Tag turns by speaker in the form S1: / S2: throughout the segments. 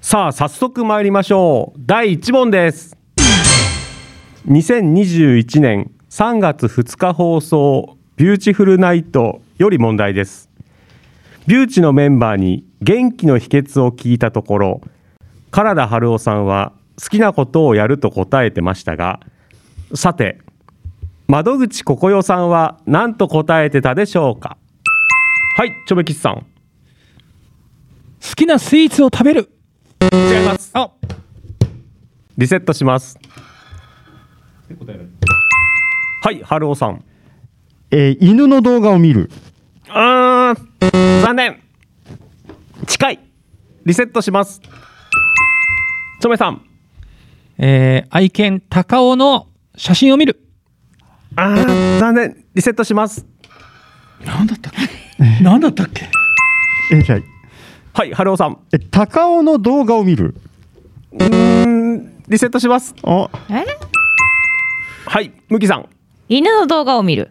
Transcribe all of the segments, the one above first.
S1: さあ早速参りましょう第1問です2021年3月2日放送「ビューチフルナイト」より問題ですビューチのメンバーに元気の秘訣を聞いたところ唐田春夫さんは好きなことをやると答えてましたがさて窓口ここよさんは何と答えてたでしょうかはいちょめきちさん
S2: 好きなスイーツを食べる
S1: 違います
S2: あ
S1: リセットしますはい春尾さん
S3: えー犬の動画を見る
S1: あー残念近いリセットしますちょめさん
S2: えー、愛犬高尾の写真を見る
S1: あー残念リセットします
S4: なんだったっけなんだったっけ
S3: えーじゃあ
S1: はい春尾さん
S3: え高尾の動画を見る
S1: うーんリセットします
S3: あ
S5: え
S1: はいむきさん
S5: 犬の動画を見る。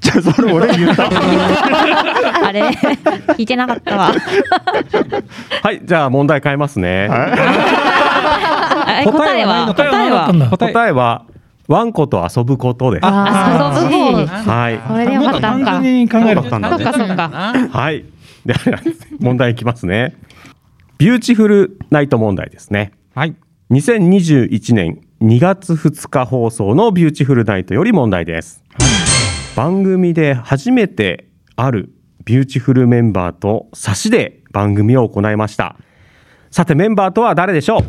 S3: じゃあそれ 俺言った
S5: あれ 聞いてなかったわ。
S1: はいじゃあ問題変えますね
S5: え答えは
S2: 答えは
S4: 答
S5: 答えは
S4: えはないの
S2: 答え
S1: 答えはワンコと遊ぶことですは
S5: あそうそうそう。
S1: い
S5: これでよかったんか
S4: 単。純に考える
S3: そうだったんだ
S5: ねそうかそうか
S1: はい。では、問題いきますね。ビューティフルナイト問題ですね。
S2: はい
S1: 2021年2月2日放送のビューティフルナイトより問題です。番組で初めてあるビューティフルメンバーと差しで番組を行いました。さてメンバーとは誰でしょうお、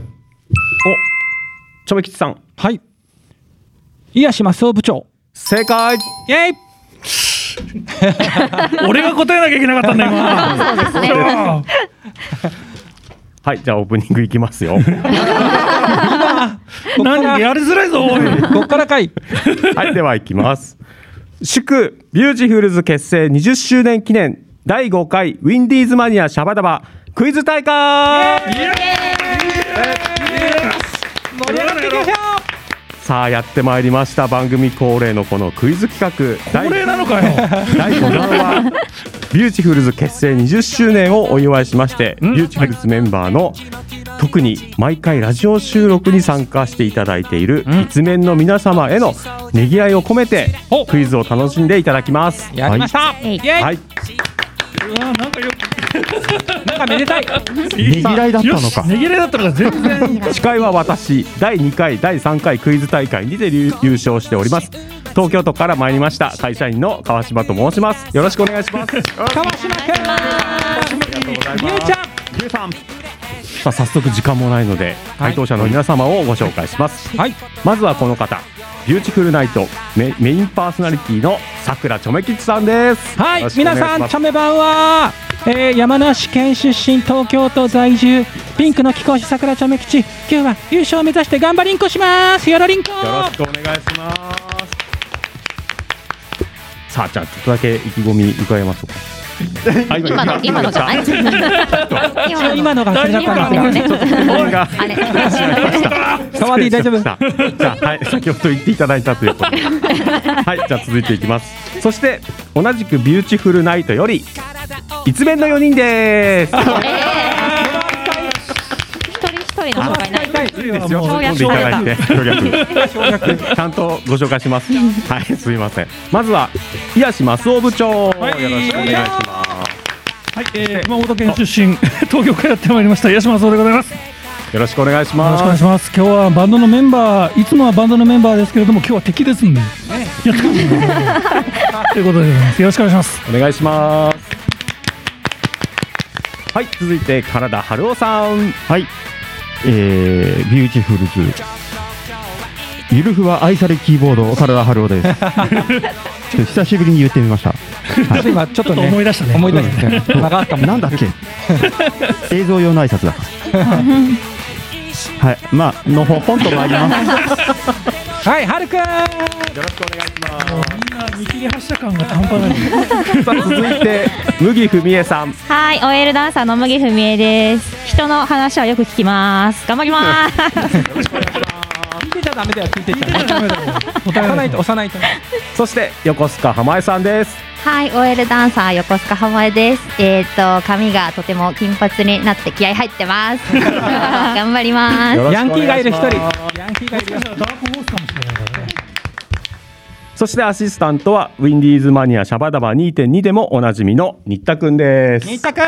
S1: ちょめきちさん。
S2: はい癒しマスオ部長
S1: 正解
S2: イエイ
S4: 俺が答えなきゃいけなかったんだ今
S5: そうですね。
S4: 今
S1: はい、じゃあオープニングいきますよ。
S2: こっか
S4: 何
S2: ら
S4: やりづらいぞおい
S2: こっからかい
S1: はい、では行きます。祝ビューティフルズ結成20周年記念第5回ウィンディーズマニアシャバダバクイズ大会
S2: 盛り上がっていきましょ
S1: さあやってまいりました番組恒例のこのクイズ企画
S4: これなのかよ
S1: 第5弾はビューティフルズ結成20周年をお祝いしまして、ビューティフルズメンバーの特に毎回ラジオ収録に参加していただいている一面の皆様へのねぎらいを込めて
S2: お
S1: クイズを楽しんでいただきます
S2: うやりました、
S5: い
S2: イエイ、
S1: はい、
S4: うわなんかよ
S2: なんかめでたい
S3: ねぎらいだったのか
S4: よしねぎらいだったのか全然
S1: 司会は私第2回第3回クイズ大会にて優優勝しております東京都から参りました会社員の川島と申しますよろしくお願いします
S2: かましまくんゆうちゃん
S1: さあ早速時間もないので回答者の皆様をご紹介します
S2: はい
S1: まずはこの方ビューティフルナイトメメインパーソナリティのさくらちょめきちさんです
S2: はい
S1: よろしくお願
S2: 皆
S1: いし
S2: さ
S1: ま
S2: ん
S1: す
S2: チャメ版は、えー、山梨県出身東京都在住ピンクの貴公子さくらちゃめ吉今日は優勝を目指して頑張りんこしますよろりんこ
S1: よろしくお願いしますさあじゃあちょっとだけ意気込み伺いましょうかはい
S5: 今の今のじゃない。
S2: 今のがそれだった
S5: 今
S2: ん
S5: のよ
S2: です
S5: ね
S2: よ。
S1: が
S5: あれ。
S2: 代わり大丈夫
S1: 失礼しましたじゃあ、はい、先ほど言っていただいたということ で。はい、じゃあ、続いていきます。そして、同じくビューティフルナイトより。一面の4人です。
S5: 一人一人の紹介ない。
S1: いいですよ。
S5: もう
S1: 飛んでいただいて。省略ちゃんとご紹介します。はい、すみません。まずは、癒しマスオ部長、
S4: はい
S1: よろしくお願いしま
S4: はい、えー、熊本県出身、 東京からやってまいりました、八島そうでございます。よ
S1: す。よろしくお願いし
S4: ろ
S1: ます
S4: しくお。願いします。今日はバンドのメンバー、いつもはバンドのメンバーですけれども、今日は敵ですんで。やってくるんで。ということでございます。よろしくお願いします。
S1: お願いします。はい、続いて、唐田春夫さん。
S3: はいえー、ビューティフルズゆるふは愛されキーボード体春夫ですちょ っと久しぶりに言ってみました
S2: ちょっと今ちょっと
S4: ちょっと思い出したね
S2: 思い出したね間があったもん
S3: なんだっ け映像用の挨拶だはいまあのほほんと参ります
S2: はいはるくん
S1: よろしくお願いします。
S4: みんな見切り発車感が半端ない。
S1: さあ続いて麦文江さん
S5: はい、OL ダンサーの麦文江です。人の話はよく聞きます。頑張ります。
S2: 見てめちゃダメだよ聞いてちゃ
S4: 聞いてちゃダメ
S2: 押さな
S4: だよ
S2: いと押さないと
S1: そして横須賀浜江さんです
S5: はい、OL ダンサー横須賀浜江です。えっ、と髪がとても金髪になって気合入ってます。 頑張ります。
S1: よろし
S2: ヤ
S1: く
S2: ン
S1: お願いします
S2: キーがいる一人ヤンキーがいるよ
S4: ダークホースかもしれないからね。
S1: そしてアシスタントはウィンディーズマニアシャバダバ2.2でもおなじみの新田くんです
S2: 新田くん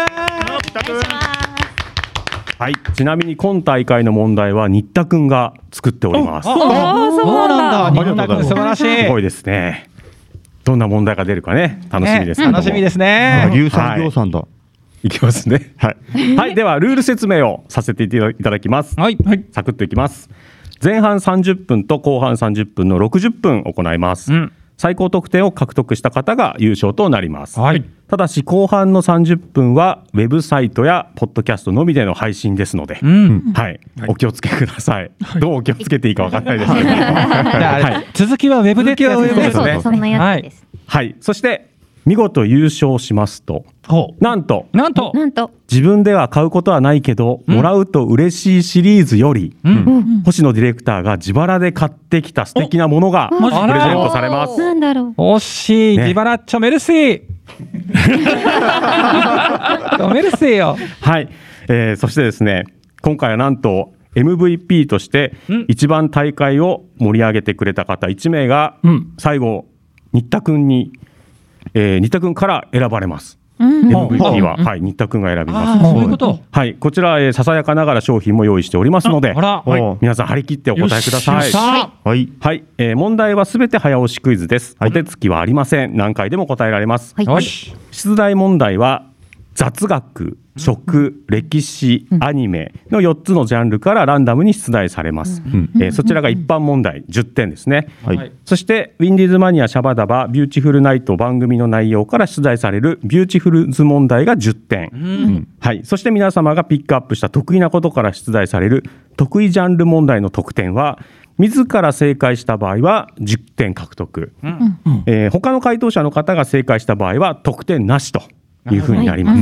S1: はい、ちなみに今大会の問題は新田くんが作っておりますす
S6: ああ、そうなんだ。
S3: ありがとうござ
S2: 新田
S3: います
S2: くん素晴らし
S1: ごい
S2: い
S1: ですねどんな問題が出るかね楽しみですけど
S2: ね
S1: も
S2: 楽しみです
S3: あ
S2: ね
S3: 硫酸量産だ。
S1: いきますね
S3: はい。
S1: はいではルール説明をさせていただきます
S2: はいはい
S1: サクッといきます前半30分と後半30分の60分行います、
S2: うん
S1: 最高得点を獲得した方が優勝となります、
S2: はい
S1: ただし後半の30分はウェブサイトやポッドキャストのみでの配信ですので、
S2: うん
S1: はい、お気をつけください、どうお気をつけていいかわかんないですけど
S2: じゃ
S1: は
S2: あ
S1: い、
S2: 続きはウェブでってやつ
S1: 続きはウェブで
S2: ね
S1: そうで
S5: そ
S1: すね
S5: う、そんなやつです。
S1: はい、そして見事優勝しますと
S4: ほ
S1: なんと
S2: なんと
S5: なんと、
S1: 自分では買うことはないけど、もらうと嬉しいシリーズより、星野ディレクターが自腹で買ってきた素敵なものがプレ
S2: ジか
S1: ゼントされます
S5: なんだろう。
S2: 惜しい、
S1: ね
S2: 自腹っちょメルシーメルシーよ
S1: はい、えーそしてですね今回はなんと MVP として
S2: うん
S1: 一番大会を盛り上げてくれた方1名が
S4: うん
S1: 最後新田君に、えー新田君から選ばれます、MVP は、はい、新田君が選び
S2: あ
S1: ま
S2: あ
S1: す
S2: そういうこと
S1: はい、こちら、えーささやかながら商品も用意しておりますので
S2: あら
S1: はい
S3: おう
S1: 皆さん張り切ってお答えください
S2: さ
S3: はい。
S1: はい、えー問題はすべて早押しクイズです、
S3: はい
S1: お手つきはありません何回でも答えられます、
S5: はい
S2: あよし
S1: 出題問題は雑学食歴史アニメの4つのジャンルからランダムに出題されます、えーそちらが一般問題10点ですね、
S3: はい。
S1: そしてウィンディーズマニアシャバダバビューティフルナイト番組の内容から出題されるビューティフルズ問題が10点、はい、そして皆様がピックアップした得意なことから出題される得意ジャンル問題の得点は自ら正解した場合は10点獲得、えー他の回答者の方が正解した場合は得点なしというふうになります。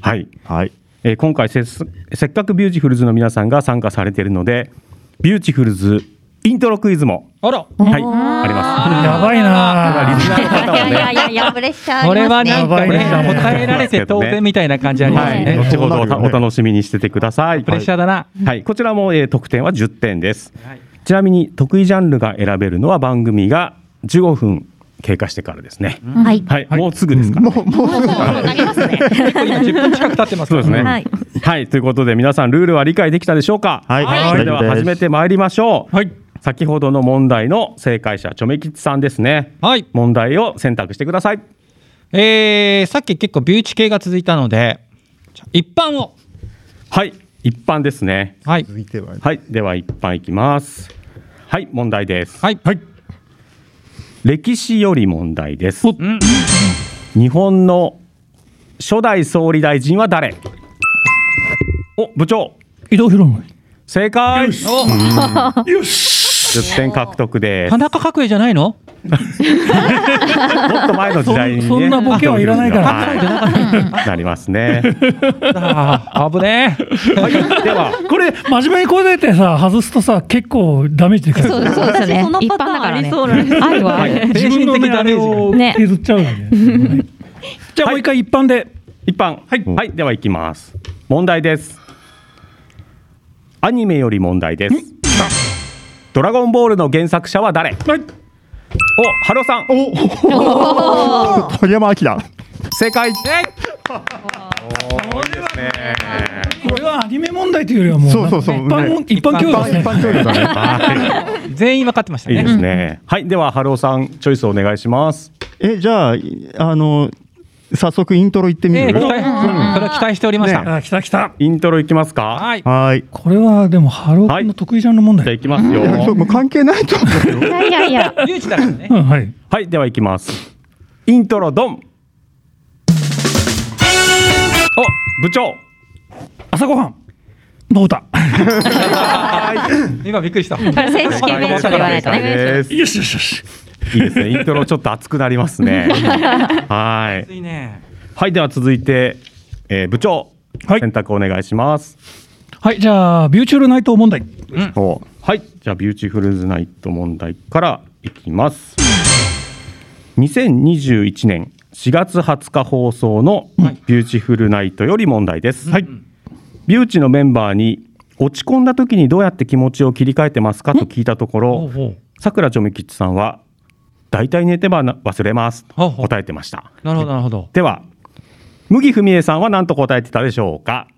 S1: はい
S3: はい。
S1: えー今回せっすせっかくビューティフルズの皆さんが参加されているのでビューティフルズイントロクイズも、
S2: あら
S1: はい、あります。
S4: やばいな
S1: リスナーの方
S5: いや
S1: も
S5: いやい
S1: ね、
S5: やいや、プレッシャーあ
S2: こ
S5: り
S2: れ
S5: ま
S2: は
S5: す
S2: なん
S5: ね。
S2: か
S3: やばい
S2: ね
S3: ね
S2: 答えられて当然みたいな感じあります
S1: はい、
S2: ね、
S1: 後ほどお
S3: そうなるよね
S1: お楽しみにしててください。
S2: プレッシャーだな、
S1: はい、こちらも、えー得点は10点です、
S2: はい
S1: ちなみに得意ジャンルが選べるのは番組が15分経過してからですね。
S5: はい。
S1: はい、もうすぐですから、ね。
S5: ありますね。
S2: 今10分近く経ってます
S1: そうで
S2: から
S1: すね、
S5: は
S1: はい
S5: い。
S1: ということで皆さんルールは理解できたでしょうか
S3: はい
S1: それでは
S3: 大丈夫です
S1: 始めてまいりましょう、
S2: はい
S1: 先ほどの問題の正解者チョメキッチさんですね
S2: はい
S1: 問題を選択してください
S2: えー、さっき結構ビューチ系が続いたのでじゃあ一般を
S1: はい一般ですね
S2: はい
S7: 続いては
S1: はいでは一般いきますはい問題です
S2: はいはい
S1: 歴史より問題です
S2: おうん
S1: 日本の初代総理大臣は誰お部長
S4: 伊藤博文。
S1: 正解10
S2: お
S1: 点獲得です
S2: 田中角栄じゃないの
S1: もっと前の時代にね
S4: そんそんなボケはいらないから
S1: はいなりますね
S2: あー危ねえ
S1: はいでは
S4: これ、真面目に答えてさ、外すとさ、結構ダメージでかい。
S5: そうそうですね。
S6: その
S5: 一
S6: パター
S5: 般だ
S6: ン
S5: か
S6: あ
S5: ら
S6: り
S5: ね。
S6: そうなんです
S5: 愛はある。
S4: 自分のね、あれを
S5: ね
S4: 削っちゃうよね。じゃあ、もう一回一般で。
S1: 一般はい、はい、では行きます問題ですアニメより問題ですドラゴンボールの原作者は誰
S4: はい。
S1: お、ハロさん
S3: 鳥山 明。
S1: 正解
S4: これはアニメ問題というよりはもう、
S3: そうそうそう
S4: 一般も、一般教育ですね。
S3: 教育だね。
S2: 全員分かってました
S1: いい
S2: ね
S1: ですね、はい、ではハロさんチョイスお願いします
S3: え、じゃあ、あの、早速イントロ行ってみ
S2: ええ
S3: る
S2: 期待、これは期待しておりました。
S4: あ、来た来た。
S1: イントロいきますか
S2: は
S1: はい
S2: い。
S3: はい。
S4: これはでも、ハロー君の得意ジャンル問
S1: じゃあ
S4: 題。
S1: いきますよ
S3: いやそうもう関係ないと思う よ。
S5: いやいやいや。
S2: リュウジだからね。
S4: うん、はい。
S1: はい、ではいきますイントロドンお、部長
S4: 朝ごはん。どうだ。
S2: 今びっくりした。
S5: 選手権名称言わないとね。
S1: です
S4: よしよしよし。
S1: いいですねイントロちょっと熱くなりますねはい
S2: いいね。
S1: はい、では続いて、えー部長、
S4: はい
S1: 選択お願いします。
S4: はい、じゃあ、ビューチュールナイト問題。
S1: はい、じゃあビューティフルズナイト問題からいきます2021年4月20日放送のビューティフルナイトより問題です、はい、ビューチのメンバーに落ち込んだ時にどうやって気持ちを切り替えてますかと聞いたとこ
S2: ほう
S1: ろ
S2: ほう
S1: さくらちょみきちさんは大体寝てばな忘れます
S2: ほう
S1: と
S2: ほう
S1: 答えてました
S2: なるほどなるほど。
S1: では麦文枝さんは何と答えてたでしょうか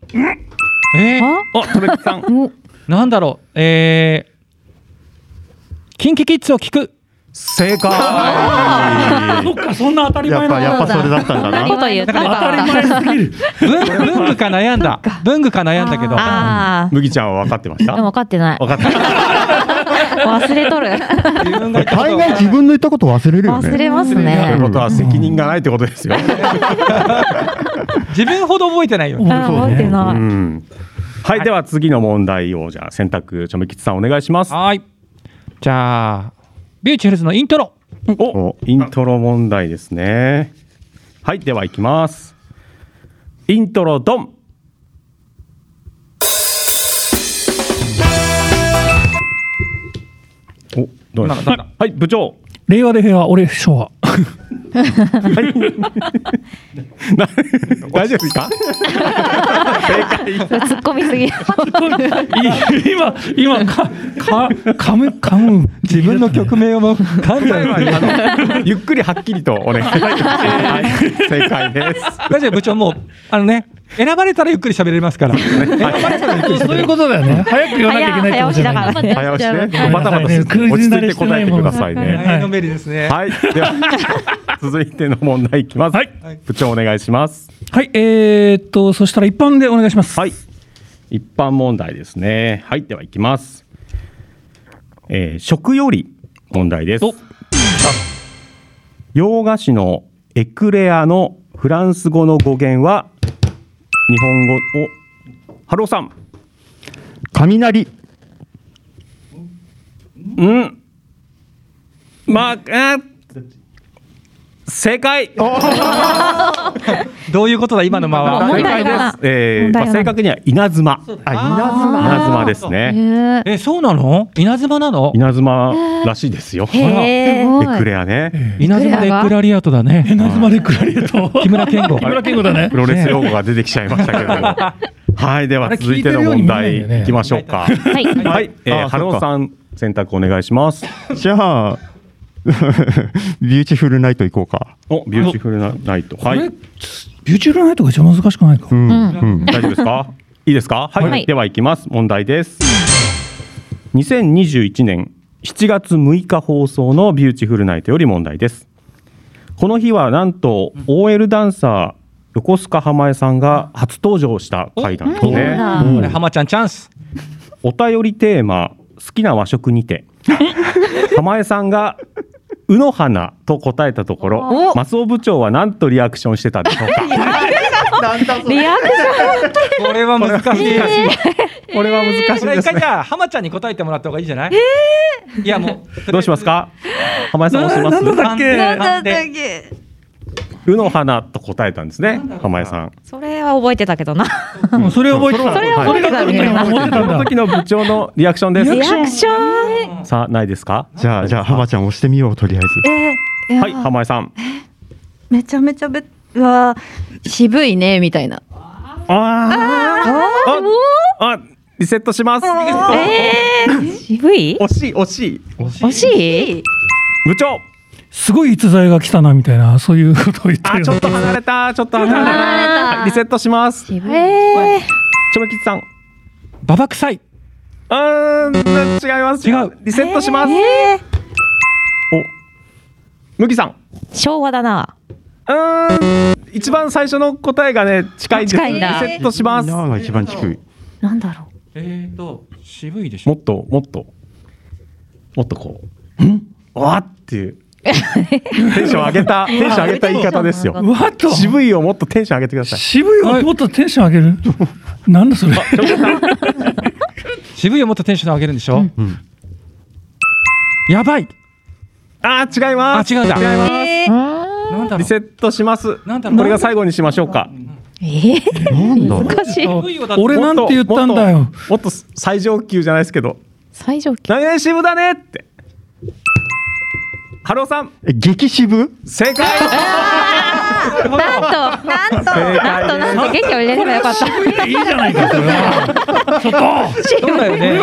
S2: えー、
S5: あ
S1: あ、とめきさん
S5: お
S2: なんだろう。えー、キンキキッズを聞く。
S1: 正解
S4: そっか、そんな当たり
S3: や
S4: 前
S3: っ
S4: の
S3: ぱやっぱそれだったんだ
S5: 何
S3: な。
S5: こと言った
S4: 当たり前すぎる。
S2: 文文具か悩んだ。文具か悩んだけど。
S5: あ
S1: 麦ちゃんは分かってまし
S5: あ
S1: た
S5: でも分かってない
S1: 分かった
S5: 忘れとる
S2: 自分が言ったこと
S3: 大
S2: を
S3: 概自分の言ったこと忘れるよね。
S5: 忘れます
S1: とい
S5: ね
S1: うことは責任がないってことですよ、
S2: 自分ほど覚えてないよね。
S5: あ覚えて
S1: う
S5: ない
S1: ん、はい、では次の問題をじゃあ選択ちょめきちさんお願いします
S2: はーい。じゃあ、ビューチフルズのイントロ。
S1: おイントロ問題ですねはいでは行きますイントロドンおどうです
S2: なん
S1: かはい部長
S4: 令和で平和、俺昭和。
S1: な 大丈夫 ですか
S5: それ突っ込みすぎ
S4: 今、今、か、か、噛む、噛む。
S2: 自分の曲名をもう噛んじゃう。
S1: あのゆっくりはっきりとお願いしますはい正解です
S2: 大丈夫、部長、もう、あのね、選ばれたらゆっくり喋れますから。
S4: そういうことだよね。早く言わなきゃいけないってことじゃない。
S5: 早押しだからね
S1: 早押し
S4: ごめ
S1: ね
S4: ん
S1: バ
S4: な
S1: タ
S4: さ
S1: バ
S4: い
S1: タ
S4: ね
S1: する落ち着いて答えてください
S4: クイズ慣れして
S1: ね
S4: ないもん
S2: はい、のめりですね。
S1: はい、で は続いての問題いきます、
S4: はい
S1: 部長お願いします
S4: はい、えーっと、そしたら一般でお願いします。
S1: はい。一般問題ですね。はい、では行きます。えー食より問題です。洋菓子のエクレアのフランス語の語源は日本語をハローさん。
S3: 雷。
S1: うん。まあ、えー正解。
S2: どういうことだ、今の間
S5: あ
S2: は。
S5: 問
S1: 正解
S5: 題
S1: です
S5: は。
S1: えー
S5: 問題
S1: ま
S5: は
S1: あ、正確には稲妻。
S3: あ、
S1: 稲
S5: あー
S1: 妻ですね。
S5: へ
S2: え、そうなの稲妻なの
S1: 稲妻らしいですよ。
S5: えへえ
S1: エクレアね。
S2: 稲妻でエクラリアートだね。
S4: 稲妻でくられと。
S2: 木村健吾
S4: 木。村健吾だね
S1: プ。ロレス用語が出てきちゃいましたけども。 はい、では
S4: れ
S1: 続いての問
S4: 聞いてるように見えないんだよ
S1: 題
S4: ね
S1: いきましょうか。
S5: はい
S1: はい、え
S3: あ
S1: ー、
S3: そっか
S1: ハローさん選択お願いします。
S3: じゃあ ビューティフルナイト行こうか。
S1: お、ビューティフルなナイト。はい、
S4: ビューチュールナイトが一番難しくないか
S3: う。ん
S5: うん
S3: うん。
S1: 大丈夫ですか。いいですか。はい、
S5: はい
S1: では行きます。問題です。2021年7月6日放送のビューティフルナイトより問題です。この日はなんと OL ダンサー横須賀浜江さんが初登場した回なんです
S5: そう
S1: ね。
S5: だ
S2: これ、浜ちゃんチャンス。
S1: お便りテーマ「好きな和食にて」浜江さんが「うの花」と答えたところ
S5: お
S1: 松尾部長は何とリアクションしてたでしょうか
S5: リアクシ
S2: これは難しい。
S1: これは難し
S2: こ
S1: い
S2: れ
S1: です
S2: 一回じ
S1: ね
S2: ゃあ、浜ちゃんに答えてもらった方がいいんじゃないいや、もう。
S1: どうしますか浜江さん押します
S2: とりあえず
S6: なんだっ
S2: 勘で勘で
S6: け
S1: 「うの花」と答えたんですね浜江さん
S6: それは覚えてたけどな。
S4: うんそれ覚えてた。
S5: それは覚えてた
S4: それが来ると思ってた
S1: そ
S4: んだ
S1: の。時の部長のリアクションです
S6: リアクション。
S1: さあないですか
S3: じゃあじゃあ浜ちゃん押してみようとりあえず。
S6: えー、いや
S1: はい浜江さん
S6: めちゃめちゃべ、うわ
S5: 渋いねみたいな
S1: あーああリセットします
S6: ー。えー、渋い。
S1: 惜しい惜しい
S5: 惜しい
S1: 部長
S4: すごい逸材が来たなみたいな、そういうことを言って
S1: あ
S4: る
S1: ちょっと離れたちょっと離れた
S5: 離れた
S1: はいリセットします
S5: 渋い
S6: えー、
S1: ちょめきちさん。う
S2: ババ臭い。
S1: ーん、違います。
S2: 違う
S1: リセットします。
S6: えー、
S1: お、むきさん。う
S6: 昭和だな。
S1: ーん、一番最初の答えがね、近いんです。
S5: 近いんだ
S1: リセットします。
S3: な
S1: も
S3: あが一番低い。
S5: なんだろ
S2: えーと、渋いでし
S1: っと、もっと。もっとこう。ん、わっていう。テンション上げ た、テンション上げた言い方ですよ。
S5: う
S4: わっと
S1: 渋いをもっとテンション上げてください。
S4: 渋いわもっとテンション上げる なんだそれ
S2: 渋いをもっとテンション上げるんでしょやばい。
S1: あー、違い
S2: あ、
S1: ます。
S2: 違うだ。
S1: 違います。
S6: えー、
S5: う
S2: なんだろ
S1: リ
S2: う。
S1: セットします。
S2: なんだろう
S1: これが最後にしましょうか。
S5: えー
S3: なんだ。
S5: 難しい
S2: 渋いをだって
S4: 俺なんて言ったんだよ
S1: もっともっと最上級じゃないですけど
S7: 最上級。
S1: 来年支部だねって。ハローさん、
S3: え激渋
S1: 正 解。
S7: なんと、なんと、
S1: 正
S7: なんと、
S1: 解
S7: なんと、劇を入れればよかった。
S4: いいじゃないかそれは
S2: そうだよね。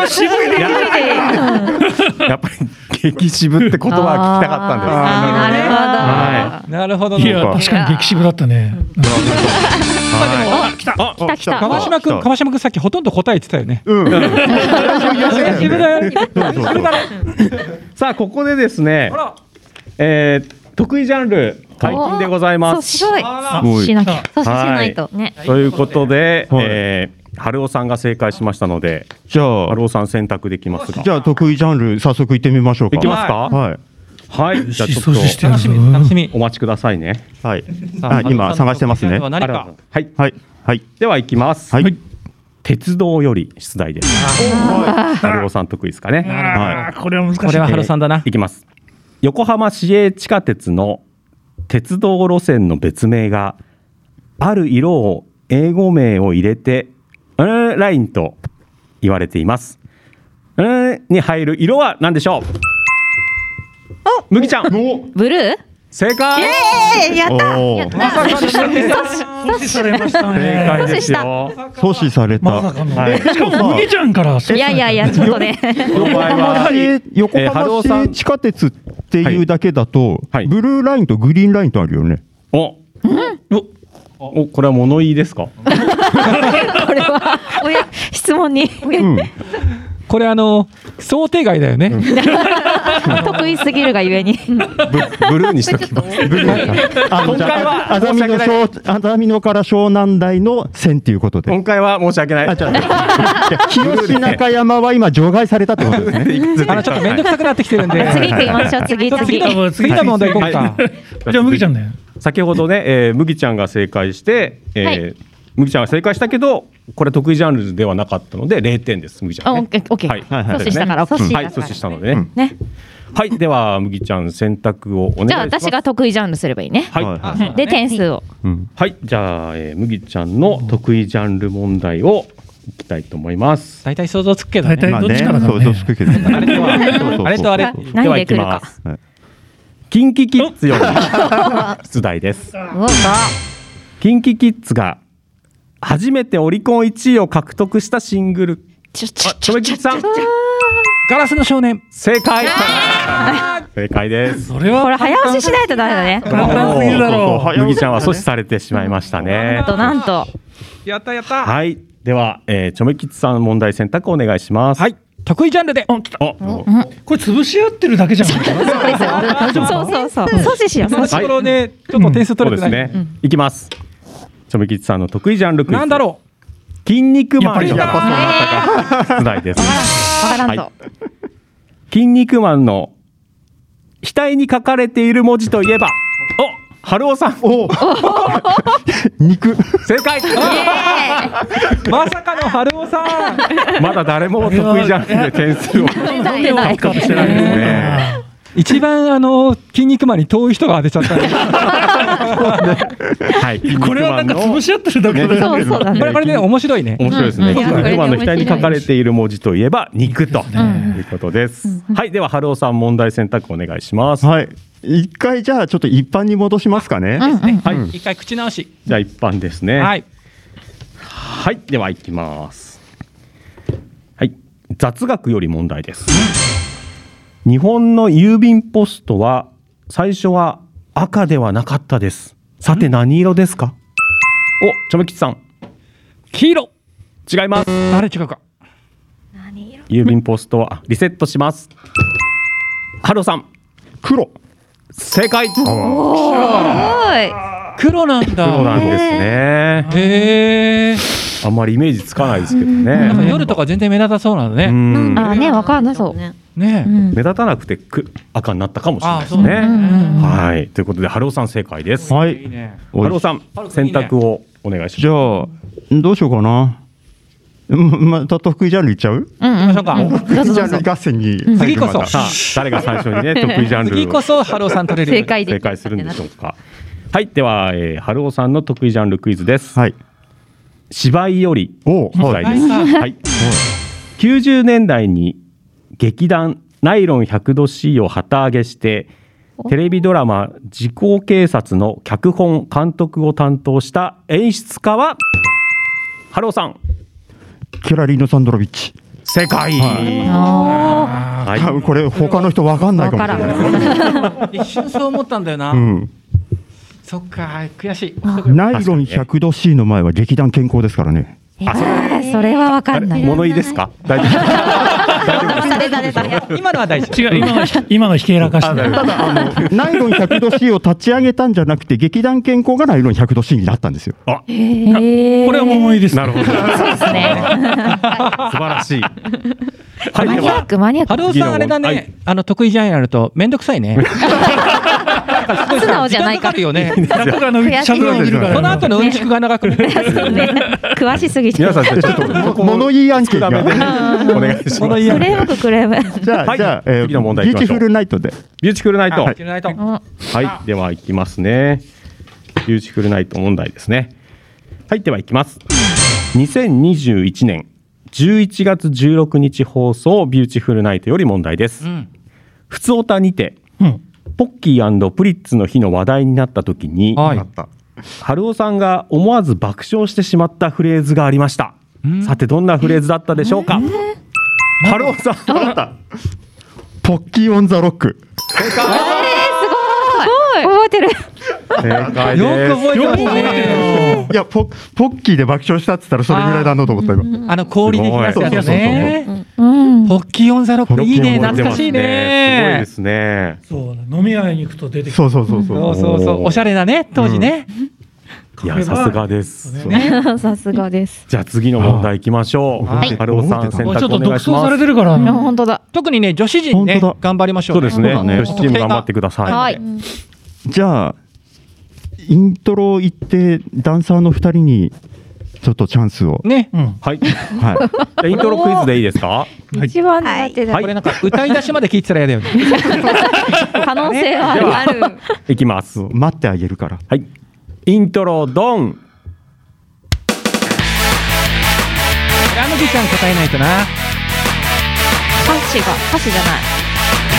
S1: やっぱり激渋って言葉は聞きたかったんです。
S7: あーなるほ
S2: なるほ
S7: ど。
S2: ど
S4: い
S2: ね。
S4: や確かに激渋だったね
S1: はいあ来た。
S7: 来た
S2: 川島君、川島君さっきほとんど答え言ってたよね。
S3: うん。
S2: 激渋だよ。
S3: そうそうそう
S1: さあここでですね
S2: ほ、ら。
S1: えー、得意ジャンル解禁でございま
S7: そう、
S1: す。
S7: すごい。
S2: あ
S3: ごい
S7: しなきゃ。そうそう、し
S1: はい
S7: ないと。ね。
S1: ということで、
S3: はい
S1: えー、春尾さんが正解しましたので、
S3: じゃあ
S1: 春尾さん選択できますか
S3: じ。ゃあ得意ジャンル早速行ってみましょうか。
S1: いきますか
S3: はい
S1: はい。じゃあちょ
S4: 掃除し
S1: ってと
S4: る
S2: 楽しみ、楽しみ。
S1: お待ちくださいね。
S3: はい。あ今探してますね。は
S2: 何
S1: あら
S2: か。
S1: はい。
S3: いはい
S1: では行きます。
S3: はい。
S1: 鉄道より出題です。春尾さん得意ですかね。
S3: は
S4: これは難しい
S2: これはハロさんだな。
S1: いきます。横浜市営地下鉄の鉄道路線の別名がある色を英語名を入れて「うーんライン」と言われています。うーんに入る色は何でしょうむぎちゃん
S7: ブルー。
S1: 正解
S7: ええ、やっ
S3: おお。
S4: 阻止されました
S1: 正
S4: ね
S1: 解ですよ。
S3: 阻止された。
S4: まさかの
S3: はい
S4: しかも麦ちゃんから
S7: た。いやいやいや、ちょっとね。
S1: この場合
S3: 横浜
S1: は
S3: 市横
S1: えー春
S3: 浜
S1: 尾さん
S3: 市地下鉄っていうだけだと、
S1: はい
S3: ブルーラインとグリーンラインとあるよね。
S1: おおおこれは物言いですか
S7: これは、おや、質問に。
S3: うん。
S2: これあの想定外だよね。
S7: 得意すぎるがゆえに。
S1: ブブルーにしときます。
S3: ブルーあのじ
S1: 今回
S3: ゃ
S1: は
S3: ああざみの
S1: 申し
S3: 小あざみのから湘南台の線っていうことで。
S1: 今回は申し訳ない。
S3: あ、じ ゃあ、東中山は今除外されたってこと ですね。
S1: あ
S2: あのちょっと面倒くさくなってきてるんで。
S7: 次行きましょう。次、
S2: じゃあ次
S7: 次。
S2: の次の問題行こうか。
S4: じゃあ麦ちゃんだよ
S1: 先ほどね、えー、麦ちゃんが正解して、えー
S7: はい
S1: 麦ちゃんが正解したけどこれ得意ジャンルではなかったので0点です麦ちゃ
S7: あ、オ
S1: ん、
S7: ッ
S1: ね、
S7: ケー、オッケ
S1: はい
S7: ー。
S1: はい
S3: はい
S7: 阻止したから、阻止
S1: はい
S7: だ
S1: 阻
S7: か
S1: 止したのでね、
S7: ら。ね。
S1: はいでは麦ちゃん選択をお願いします
S7: じゃあ、私が得意ジャンルすればいいね。
S1: はい、
S3: はいは
S7: で、点数を。
S3: うん
S1: はい、じゃあ、えー、麦ちゃんの得意ジャンル問題をいきたいと思います
S2: 大体想像つくけど
S4: 大
S2: ね。
S4: 体
S3: まあ
S4: どっちからだ
S3: そ
S4: ろ
S3: う
S4: う
S3: そう
S4: ね
S3: つくけど
S2: あれとは
S3: そうそう
S2: あれとあれ。
S7: 何
S1: では
S7: で
S1: いき
S7: 来る
S1: ま
S7: か。
S1: すキンキキッズより出題です
S7: お
S1: キンキキッズが初めてオリコン1位を獲得したシングル
S7: ちょちょ
S1: あ、とめきちさん
S2: ガラスの少年。
S1: 正解正解です。
S4: それは
S7: これ早押ししないとダメだね。
S4: 簡単すぎるだろ
S3: そうそうそう
S1: 麦ちゃんは阻止されてしまいましたね
S7: あ。となんと。
S2: やったやった。
S1: はい。では、えー、チョメキッズさん問題選択お願いします。はい。
S2: 得意ジャンルで。
S1: お、
S4: これ潰し合ってるだけじゃん
S7: そうですよ。そうそうそう。阻止しよう。阻
S2: この
S7: 止
S2: ところね、ちょっと点数
S1: そう
S2: 取
S1: で
S2: れ
S1: す
S2: てない。
S1: ね。いきます。チョメキッズさんの得意ジャンルクイズ。
S2: なんだろ
S1: う。筋肉マン
S4: やっ
S1: やっぱそうなったか。出題です。
S7: わからん
S1: は
S7: と。
S1: 筋肉マンの額に書かれている文字といえば、お、春尾さん
S3: おお肉
S1: 正解。
S2: う。まさかの春尾さん。
S1: まだ誰も得意ジャンルで点数を。
S7: ない出ない。
S4: カットしてないですね
S2: 一番あの筋肉マンに遠い人が当てちゃった ね。
S1: はい。
S4: これはなんか潰し合ってるだけだよ
S7: そうそう
S2: こ
S7: だ
S2: れ
S7: ね。
S2: これね面白いね。
S1: 面白いですね。
S7: うん
S1: 筋
S7: うん
S1: 肉マンの額に書かれている文字といえば肉ということです。はい、では春尾さん問題選択お願いします。
S3: はい。一回じゃあちょっと一般に戻しますかね。
S2: はい。一回口直し。
S1: じゃあ一般ですね。
S2: はい。
S1: はい、では行きます。はい、雑学より問題です。日本の郵便ポストは最初は赤ではなかったです。さて何色ですか？お、ちょめきちさん、
S2: 黄色。
S1: 違います。
S2: あれ違うか。
S1: 郵便ポストはあリセットします。春尾さん、
S3: 黒。
S1: 正解。
S2: 黒なん
S1: そう
S2: だ。
S1: なんですね。
S2: へえ。
S1: あんまりイメージつかないですけど
S2: なんか
S1: ね。
S2: 夜とか全然目立たそうなの
S1: う
S2: ね。
S1: ん
S7: あね、わからなそう。
S2: ねえ。
S1: 目立たなくてく赤になったかもしれないです
S2: あそうだ
S1: ね。はい。ということで、春尾さん正解です。
S3: はい
S2: い
S3: い。
S2: ね。
S1: 春尾さん
S2: 春、尾さんい
S1: 選
S2: いね
S1: 択をお願いし
S3: じゃあどうしようかな。うんまた得意ジャンルいっちゃう？
S7: うん
S2: 行きま
S7: う
S2: し
S7: ん
S2: ょう。か。
S3: 得意ジャンル合戦に入るまで。
S2: 次こそ
S1: ます。さあ、誰が最初にね、得意ジャンル
S2: 次
S1: を
S2: こそハローさん取れるよう
S7: 正
S2: に。
S7: 解で
S1: 正
S7: きた
S1: 解するんでしょうか。はい。では、えー春尾さんの得意ジャンルクイズです。
S3: はい。
S1: 芝居より
S3: おう
S1: 問題
S3: は
S1: です。
S3: い。
S1: はい。90年代に劇団ナイロン 100°C を旗揚げしてテレビドラマ「時効警察」の脚本監督を担当した演出家はハローさん
S3: キャラリーノ・サンドロビッチ。
S1: 正解、は
S3: 多分これ他の人わかんないかもしれない。
S2: 一瞬そう思ったんだよな、
S3: うん、
S2: そっか悔しい
S3: ナイロン100度 C の前は劇団健康ですからね。
S7: それはわかんない。
S1: 物言いですか大丈夫
S2: 今のは大事
S4: 違う、今のひ、今のひけらかして。
S3: ただあの ナイロン100度 C を立ち上げたんじゃなくて劇団健康がナイロン100度 C になったんですよ。
S4: これは物言いです。
S1: なるほど。そうですね。素晴らしい。は
S7: マ
S1: い、で
S7: ニアッ
S1: は、
S7: ク、マニアック
S2: ハ。ローさんあれだね、
S1: 議論はい
S2: あの得意じゃんやるとめんどくさ いねなんかすご
S7: 素直じゃない
S2: 時間かかるよね
S4: 中が伸び、
S7: 悔しい
S4: 尺が伸びるから。
S2: この後のうんちくが長くなる
S7: 詳しすぎて。
S1: 皆さん、じゃあちょっ
S3: も
S1: と、
S3: 物言い案件
S1: ダ
S3: が。
S1: メで、お願いします。
S7: クレームくクレーム。
S3: じゃあ、
S1: はい
S3: じゃあ、えー、
S1: 次の問題
S3: ビ
S1: 行
S3: ー
S1: きま
S3: チ
S1: しょう
S3: フルナイトで。
S1: ビューティフルナイト。
S2: あ知らないと
S1: はい、では行きますね。ビューティフルナイト問題ですね。はい、では行きます。2021年11月16日放送ビューティフルナイトより問題です。
S2: うん
S1: ふつおたにて、
S4: うん
S1: ポッキープリッツの日の話題になった時に、
S2: はい
S3: あった
S1: 春尾さんが思わず爆笑してしまったフレーズがありました
S2: ん
S1: さてどんなフレーズだったでしょうか春尾さん
S3: あった。ポッキーオンザロック。
S7: 覚えてる。
S1: 正解
S2: よく覚えて
S4: よ
S2: ま
S4: く
S2: す
S4: 覚えて
S2: ね
S4: る
S3: いや、ポ、ポッキーで爆笑したっつったら、それぐらいだなと思った今。
S2: あの氷で冷やすやつね
S7: うん。
S2: ポッキーオンザロックいいね
S3: ポッキーオン
S2: 懐
S3: ザロック
S2: かしい
S1: すごい
S2: ね
S1: ですね
S4: そうね、飲み屋に行くと出てきて
S3: そうそうそう
S2: そ
S3: そうう。
S2: そうそうおしゃれだね当時ね、
S1: いやさすがです
S7: さすがです。
S1: じゃあ次の問題行きましょう
S3: はい
S1: 春尾さん選
S4: もうちょ
S1: 択
S4: っと
S1: お
S4: 独
S1: 願い
S4: 走
S1: し
S4: さ
S1: ま
S4: れ
S1: す
S4: てるから。
S7: あ本当だ。
S2: 特にね女子陣ね
S3: 本当だ
S2: 頑張りましょう
S1: そうですね
S3: そうだね
S1: 女子チーム頑張ってください
S2: は
S1: はいい
S3: じゃあ。イントロ行って、ダンサーの二人に。ちょっとチャンスを。
S2: ね
S4: うん。
S1: はい
S3: はい。
S1: じゃあイントロクイズでいいですか
S7: 一番苦手だ
S1: はい。
S2: これなんか歌い出しまで聞いてたら嫌だよね
S7: 可能性 はある。
S1: いきます
S3: 待ってあげるから。
S1: はいイントロドン
S2: ラムギちゃん答えないとな
S7: 歌詞が、歌詞じゃない。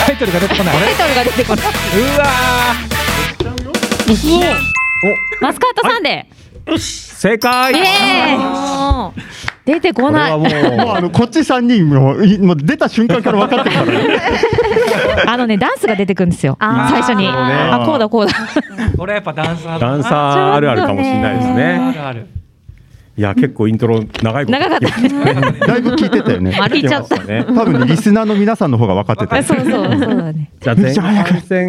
S2: タイトルが出てこない
S7: タイトルが出てこない。
S2: うわ
S7: マスカットサンデ
S1: 正解
S7: ー。イエーイ。出てこない。
S1: これはもう
S3: もう、あの、こっち三人も、いもう出た瞬間から分かってるからね。
S7: あのね、ダンスが出てくるんですよ。
S5: あ
S7: 最
S5: ー
S7: 初に。
S1: なるほどね
S7: あ、こうだ、こうだ。
S2: ーこれはやっぱダンサー
S1: ダ
S2: だな
S1: ンサーあるあるかもしれないです
S2: あ
S1: ね。
S2: るある
S1: いや、結構イントロ長いこと
S7: 長かったね。
S3: だいぶ聞いてたよね。
S7: あ聞いちゃった
S1: 聞きましね
S3: 多分ね、リスナーの皆さんの方が分かってたよ。
S7: そうそう、そうだね。
S1: じゃあ前半戦、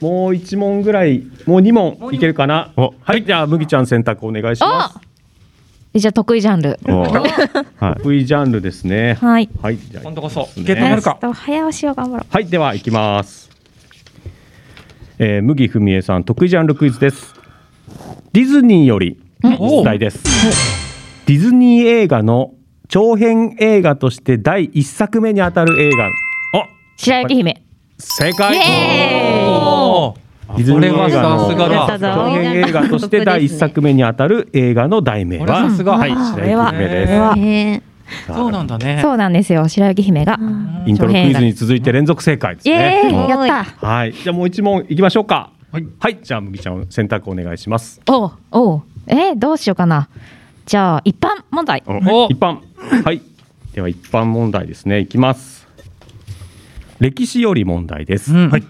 S1: もう一問ぐらい、もう二問いけるかな。
S3: お
S1: はい、じゃあ、麦ちゃん選択お願いしま
S7: あ
S1: す。
S7: じゃあ得意ジャンル。
S3: お はい。
S1: 得意ジャンルですね。
S7: はい。
S1: はい、じゃあ、
S2: 今度こそ
S1: い
S2: い
S1: き
S2: け
S1: ます
S2: る
S1: ね
S2: となる
S7: ちょ
S2: か
S7: っと早押しを頑張ろう。
S1: はい、では、いきます。えー、麦文江さん、得意ジャンルクイズです。ディズニーより、
S2: お
S1: 出
S2: う
S1: 題です。ディズニー映画の長編映画として第一作目にあたる映画。あ、
S7: 白雪姫。
S1: 正解。
S7: イエーイ
S2: お
S1: ディズニー映画の
S2: これはさすがだ
S1: 長編映画として第一作目にあたる映画の題名
S2: これは
S1: は
S2: さすが
S1: はい、
S7: あ
S1: 白雪姫
S2: これ
S1: で
S2: は
S5: ね
S1: す。
S2: そうなんだね
S7: そうなんですよ。白雪姫が。
S1: イントロクイズに続いて連続正解です
S7: イエーイ、
S1: ね。
S7: やった。
S1: はい、じゃあもう一問いきましょうか。
S4: はい
S1: はい、じゃあ麦ちゃん選択お願いします。
S7: おうおうえー、どうしようかな。じゃあ一般問題。
S2: お
S1: 一般はい、では一般問題ですね。いきます。歴史より問題です。
S2: うん
S4: はい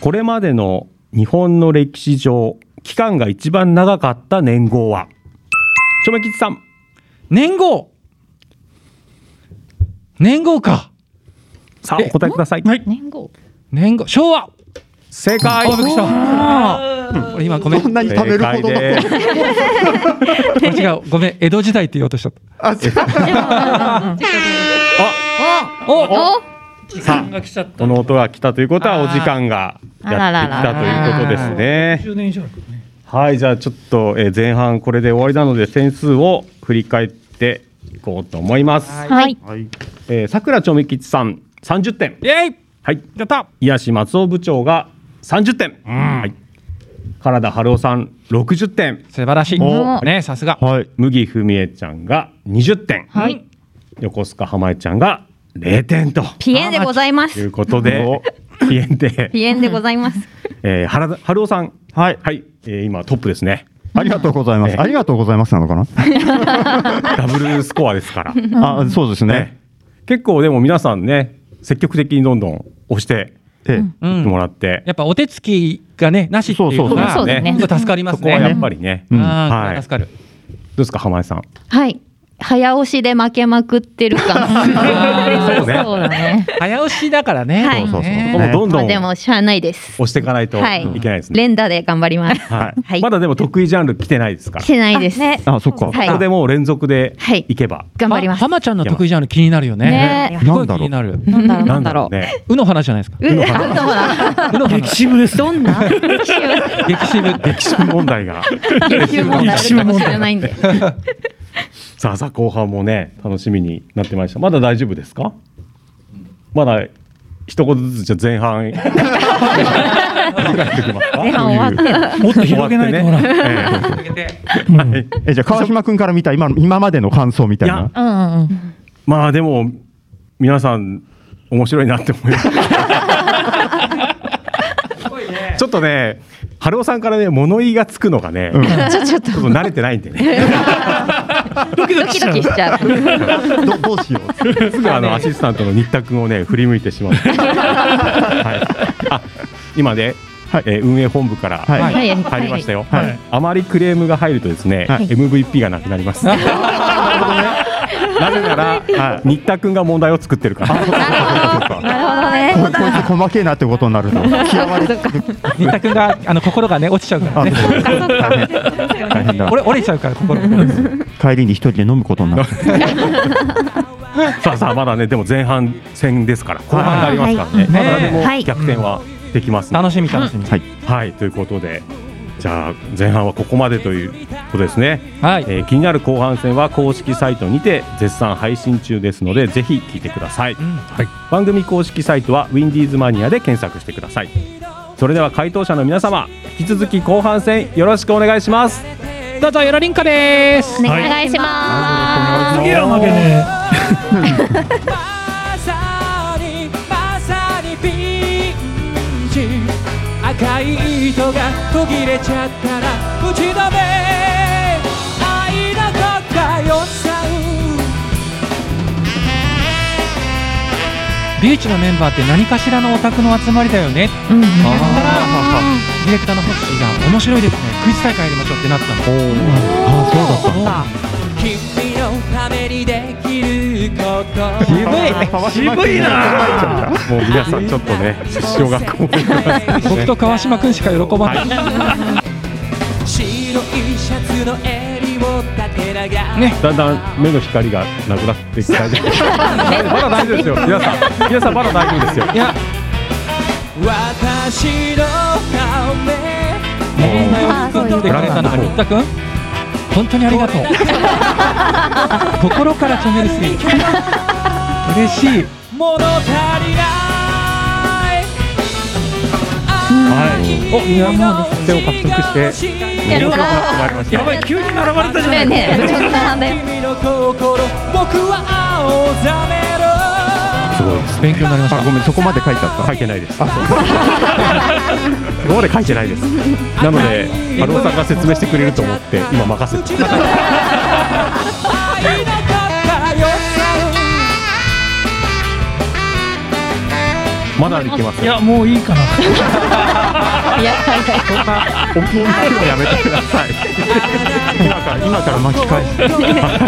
S1: これまでの日本の歴史上期間が一番長かった年号は。ちょめきちさん。
S2: 年号年号か
S1: さあお答えください。
S4: はい。
S7: 年号。
S2: 年号昭和
S1: 正
S2: あ
S1: 解。
S2: びっくりしたうん俺今ごめん
S3: そんなに食べるほどの。
S1: 正解です
S2: 間違うごめん江戸時代って言おうとしちゃった
S3: あ、そう
S2: おお
S4: 時間が来ちゃった。
S1: この音が来たということはお時間がやってきたということですね。
S4: 10年以上あるね。
S1: はい、じゃあちょっとえー前半これで終わりなので点数を振り返っていこうと思います。
S7: はい。
S1: えー、桜ちょめきちさん30点。
S2: イエイ
S1: はい。やった。癒し松尾部長が30点。はい。原田春夫さん60点。
S2: 素晴らしい
S1: お
S2: ねさすが
S3: はい。
S1: 麦文江ちゃんが20点。横須賀浜江ちゃんが0点と
S5: ピエンでございま
S1: い
S5: す
S1: うことで、ピエンで、
S5: ピエンでございます
S1: えー、原田春夫さん、
S3: はい。
S1: はい、えー、今トップですね。
S3: ありがとうございま
S1: ええ
S3: す。ありがとうございますなのか
S1: ダブルスコアですから。
S3: なあ、そうですね
S1: ね。、結構でも皆さんね、積極的にどんどん押して
S3: ええ
S2: う
S1: いっても
S2: ん、
S1: らって、
S2: やっぱお手つきがねなしっていうのが
S5: そうそうそうそうですね
S2: 本当助かりま
S1: そ
S2: す
S1: こ
S2: ね。
S1: はやっぱりね、
S3: うん
S2: あー
S1: はい
S2: 助かる。
S1: どうですか浜井さん。
S5: はい早押しで負けまくってる感
S1: そうね
S5: そうだね
S2: 早押しだからね。
S5: はい
S3: そうそうそう
S1: ここも
S2: ね
S1: どん
S5: ま
S1: ど
S5: あ
S1: ん
S5: でも
S1: 押
S5: しゃあないです
S1: していかないと
S5: はい
S1: いけないですね。
S5: 連打で頑張ります
S1: はい
S5: はい
S1: まだでも得意ジャンル来てないですから。
S5: してないです
S6: ね
S3: あ、そっか。
S5: は
S1: ここ
S5: い
S1: でもう連続で
S5: はい
S1: いけば。
S5: 頑張ります
S2: はまちゃんの得意ジャンル気になるよね。
S5: ね
S2: すごい気になる。
S6: なんだろう
S1: な
S6: なんん
S1: だ
S6: だ
S1: ろ
S6: ろ
S1: うね。
S2: うの花じゃないですか。
S5: うあそうだ
S2: うの花。
S4: 激渋ですね。
S5: どん な歴史
S2: 激渋。
S1: 歴史問題が。
S5: 歴史問題あるかもしれないんで
S1: さあさあ後半もね楽しみになってまいりました。まだ大丈夫ですか？まだ一言ずつじゃあ前半。前
S5: 前半終わ
S1: って
S4: もっと広げないと ほら。
S1: ら。
S4: うん
S3: え、じゃあ川島くんから見た今の今までの感想みた い
S1: いや
S3: な。
S7: うんうん うん。
S1: まあでも皆さん面白いなって思いました。ちょっとね、春尾さんからね物言いがつくのがね、
S3: うん
S1: ちょっと慣れてないんでね。
S5: ドキドキしちゃう
S3: どどうしよう。
S1: すぐあのアシスタントの新田君をね振り向いてしまう。はい。あ、今ね、
S3: はい
S1: えー運営本部から
S3: はい
S1: 入
S5: はい
S1: りましたよ。
S3: はい
S1: はいあまりクレームが入るとですね、
S3: はい
S1: MVP がなくなります。 なぜなら、はい新田君が問題を作ってるから。
S6: なる
S3: こ
S6: ほ
S3: こ
S6: ど
S3: い
S6: ね
S3: つ細けえなってことに なると嫌われる
S2: 新田君があの心がね落ちちゃうから
S3: あ
S2: ね。
S3: そう大変大変だ
S2: 折れ折れちゃうから心が。
S3: 帰りに一人で飲むことになる
S1: さあさあまだねでも前半戦ですから後半になりますからね、
S2: はい
S1: まだでも
S5: はい
S1: 逆転はできますね、
S2: 楽しみ楽しみ。
S3: はい
S1: はいということでじゃあ前半はここまでということですね、
S2: はい。
S1: えー気になる後半戦は公式サイトにて絶賛配信中ですのでぜひ聞いてください、番組公式サイトはウィンディーズマニアで検索してくださいそれでは回答者の皆様引き続き後半戦よろしくお願いします
S2: どうぞよろりんこです。
S5: お願いします
S4: すげえ甘けね。
S8: まさにまさにピンチ赤い糸が途切れちゃったら打ち止め愛の国家予算
S2: ビューチのメンバーって何かしらのオタクの集まりだよね。
S7: うんうん
S2: だからディレクターのホッシーが面白いですね。クイズ大会やりましょうってなったの。
S3: あそうだっ
S8: 君のためにできること
S3: た渋いな
S1: もう皆さんちょっとね失笑がこぼれてます
S2: 僕と川島くんしか喜ばない。
S8: 白いシャツの襟を立てながら
S2: ね
S1: だんだん目の光がなくなってき た。まだ大丈夫ですよ。皆さん、皆さんまだ大丈夫ですよ。
S2: いや、
S8: 私のため
S2: こんなよりくん来てくれたのが新田くん。本当にありがとう。心からチャンネルスリー。嬉しい。
S8: 物足りない
S1: はい。お、皆さん手を獲得して、
S5: や
S1: 色
S5: っ
S1: が
S5: た
S1: 変わ
S5: ー
S1: りました。
S4: い急に並ばれたじ
S5: だよね部長さんだよ
S8: 君の心僕は青ざめろ
S1: すごいです。
S2: 勉強になりました
S3: あ。ごめんそこまで書いてあ
S1: 書
S3: っ
S1: いてないです。ここまで書いてないです。なので、春尾さんが説明してくれると思って、今任せ て。
S8: 愛のかよ
S1: まだいけます
S4: い
S1: よ。
S4: やもういいかな。
S1: お気に入りをやめてください。今から、今から巻き返して。はい。
S8: 好きよ好き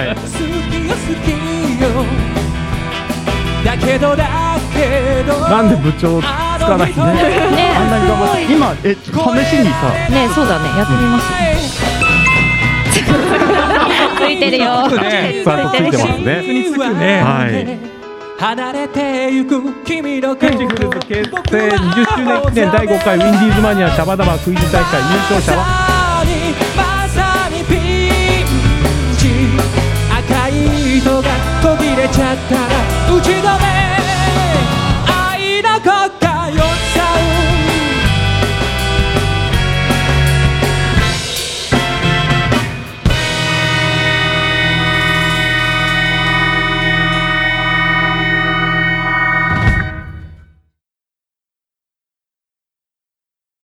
S8: よだけどだけど
S1: なんで部長つかないね。
S3: たあんな
S7: ね
S3: に頑張って今え試しにさ
S7: ねそうだねやってみます。
S5: ついてるよ
S1: ちゃんとついてますね。はい。
S8: 離れてゆく君の
S1: クイズフルーツ結成20周年記念第5回ウィンディーズマニアシャバダバクイズ大会優勝者は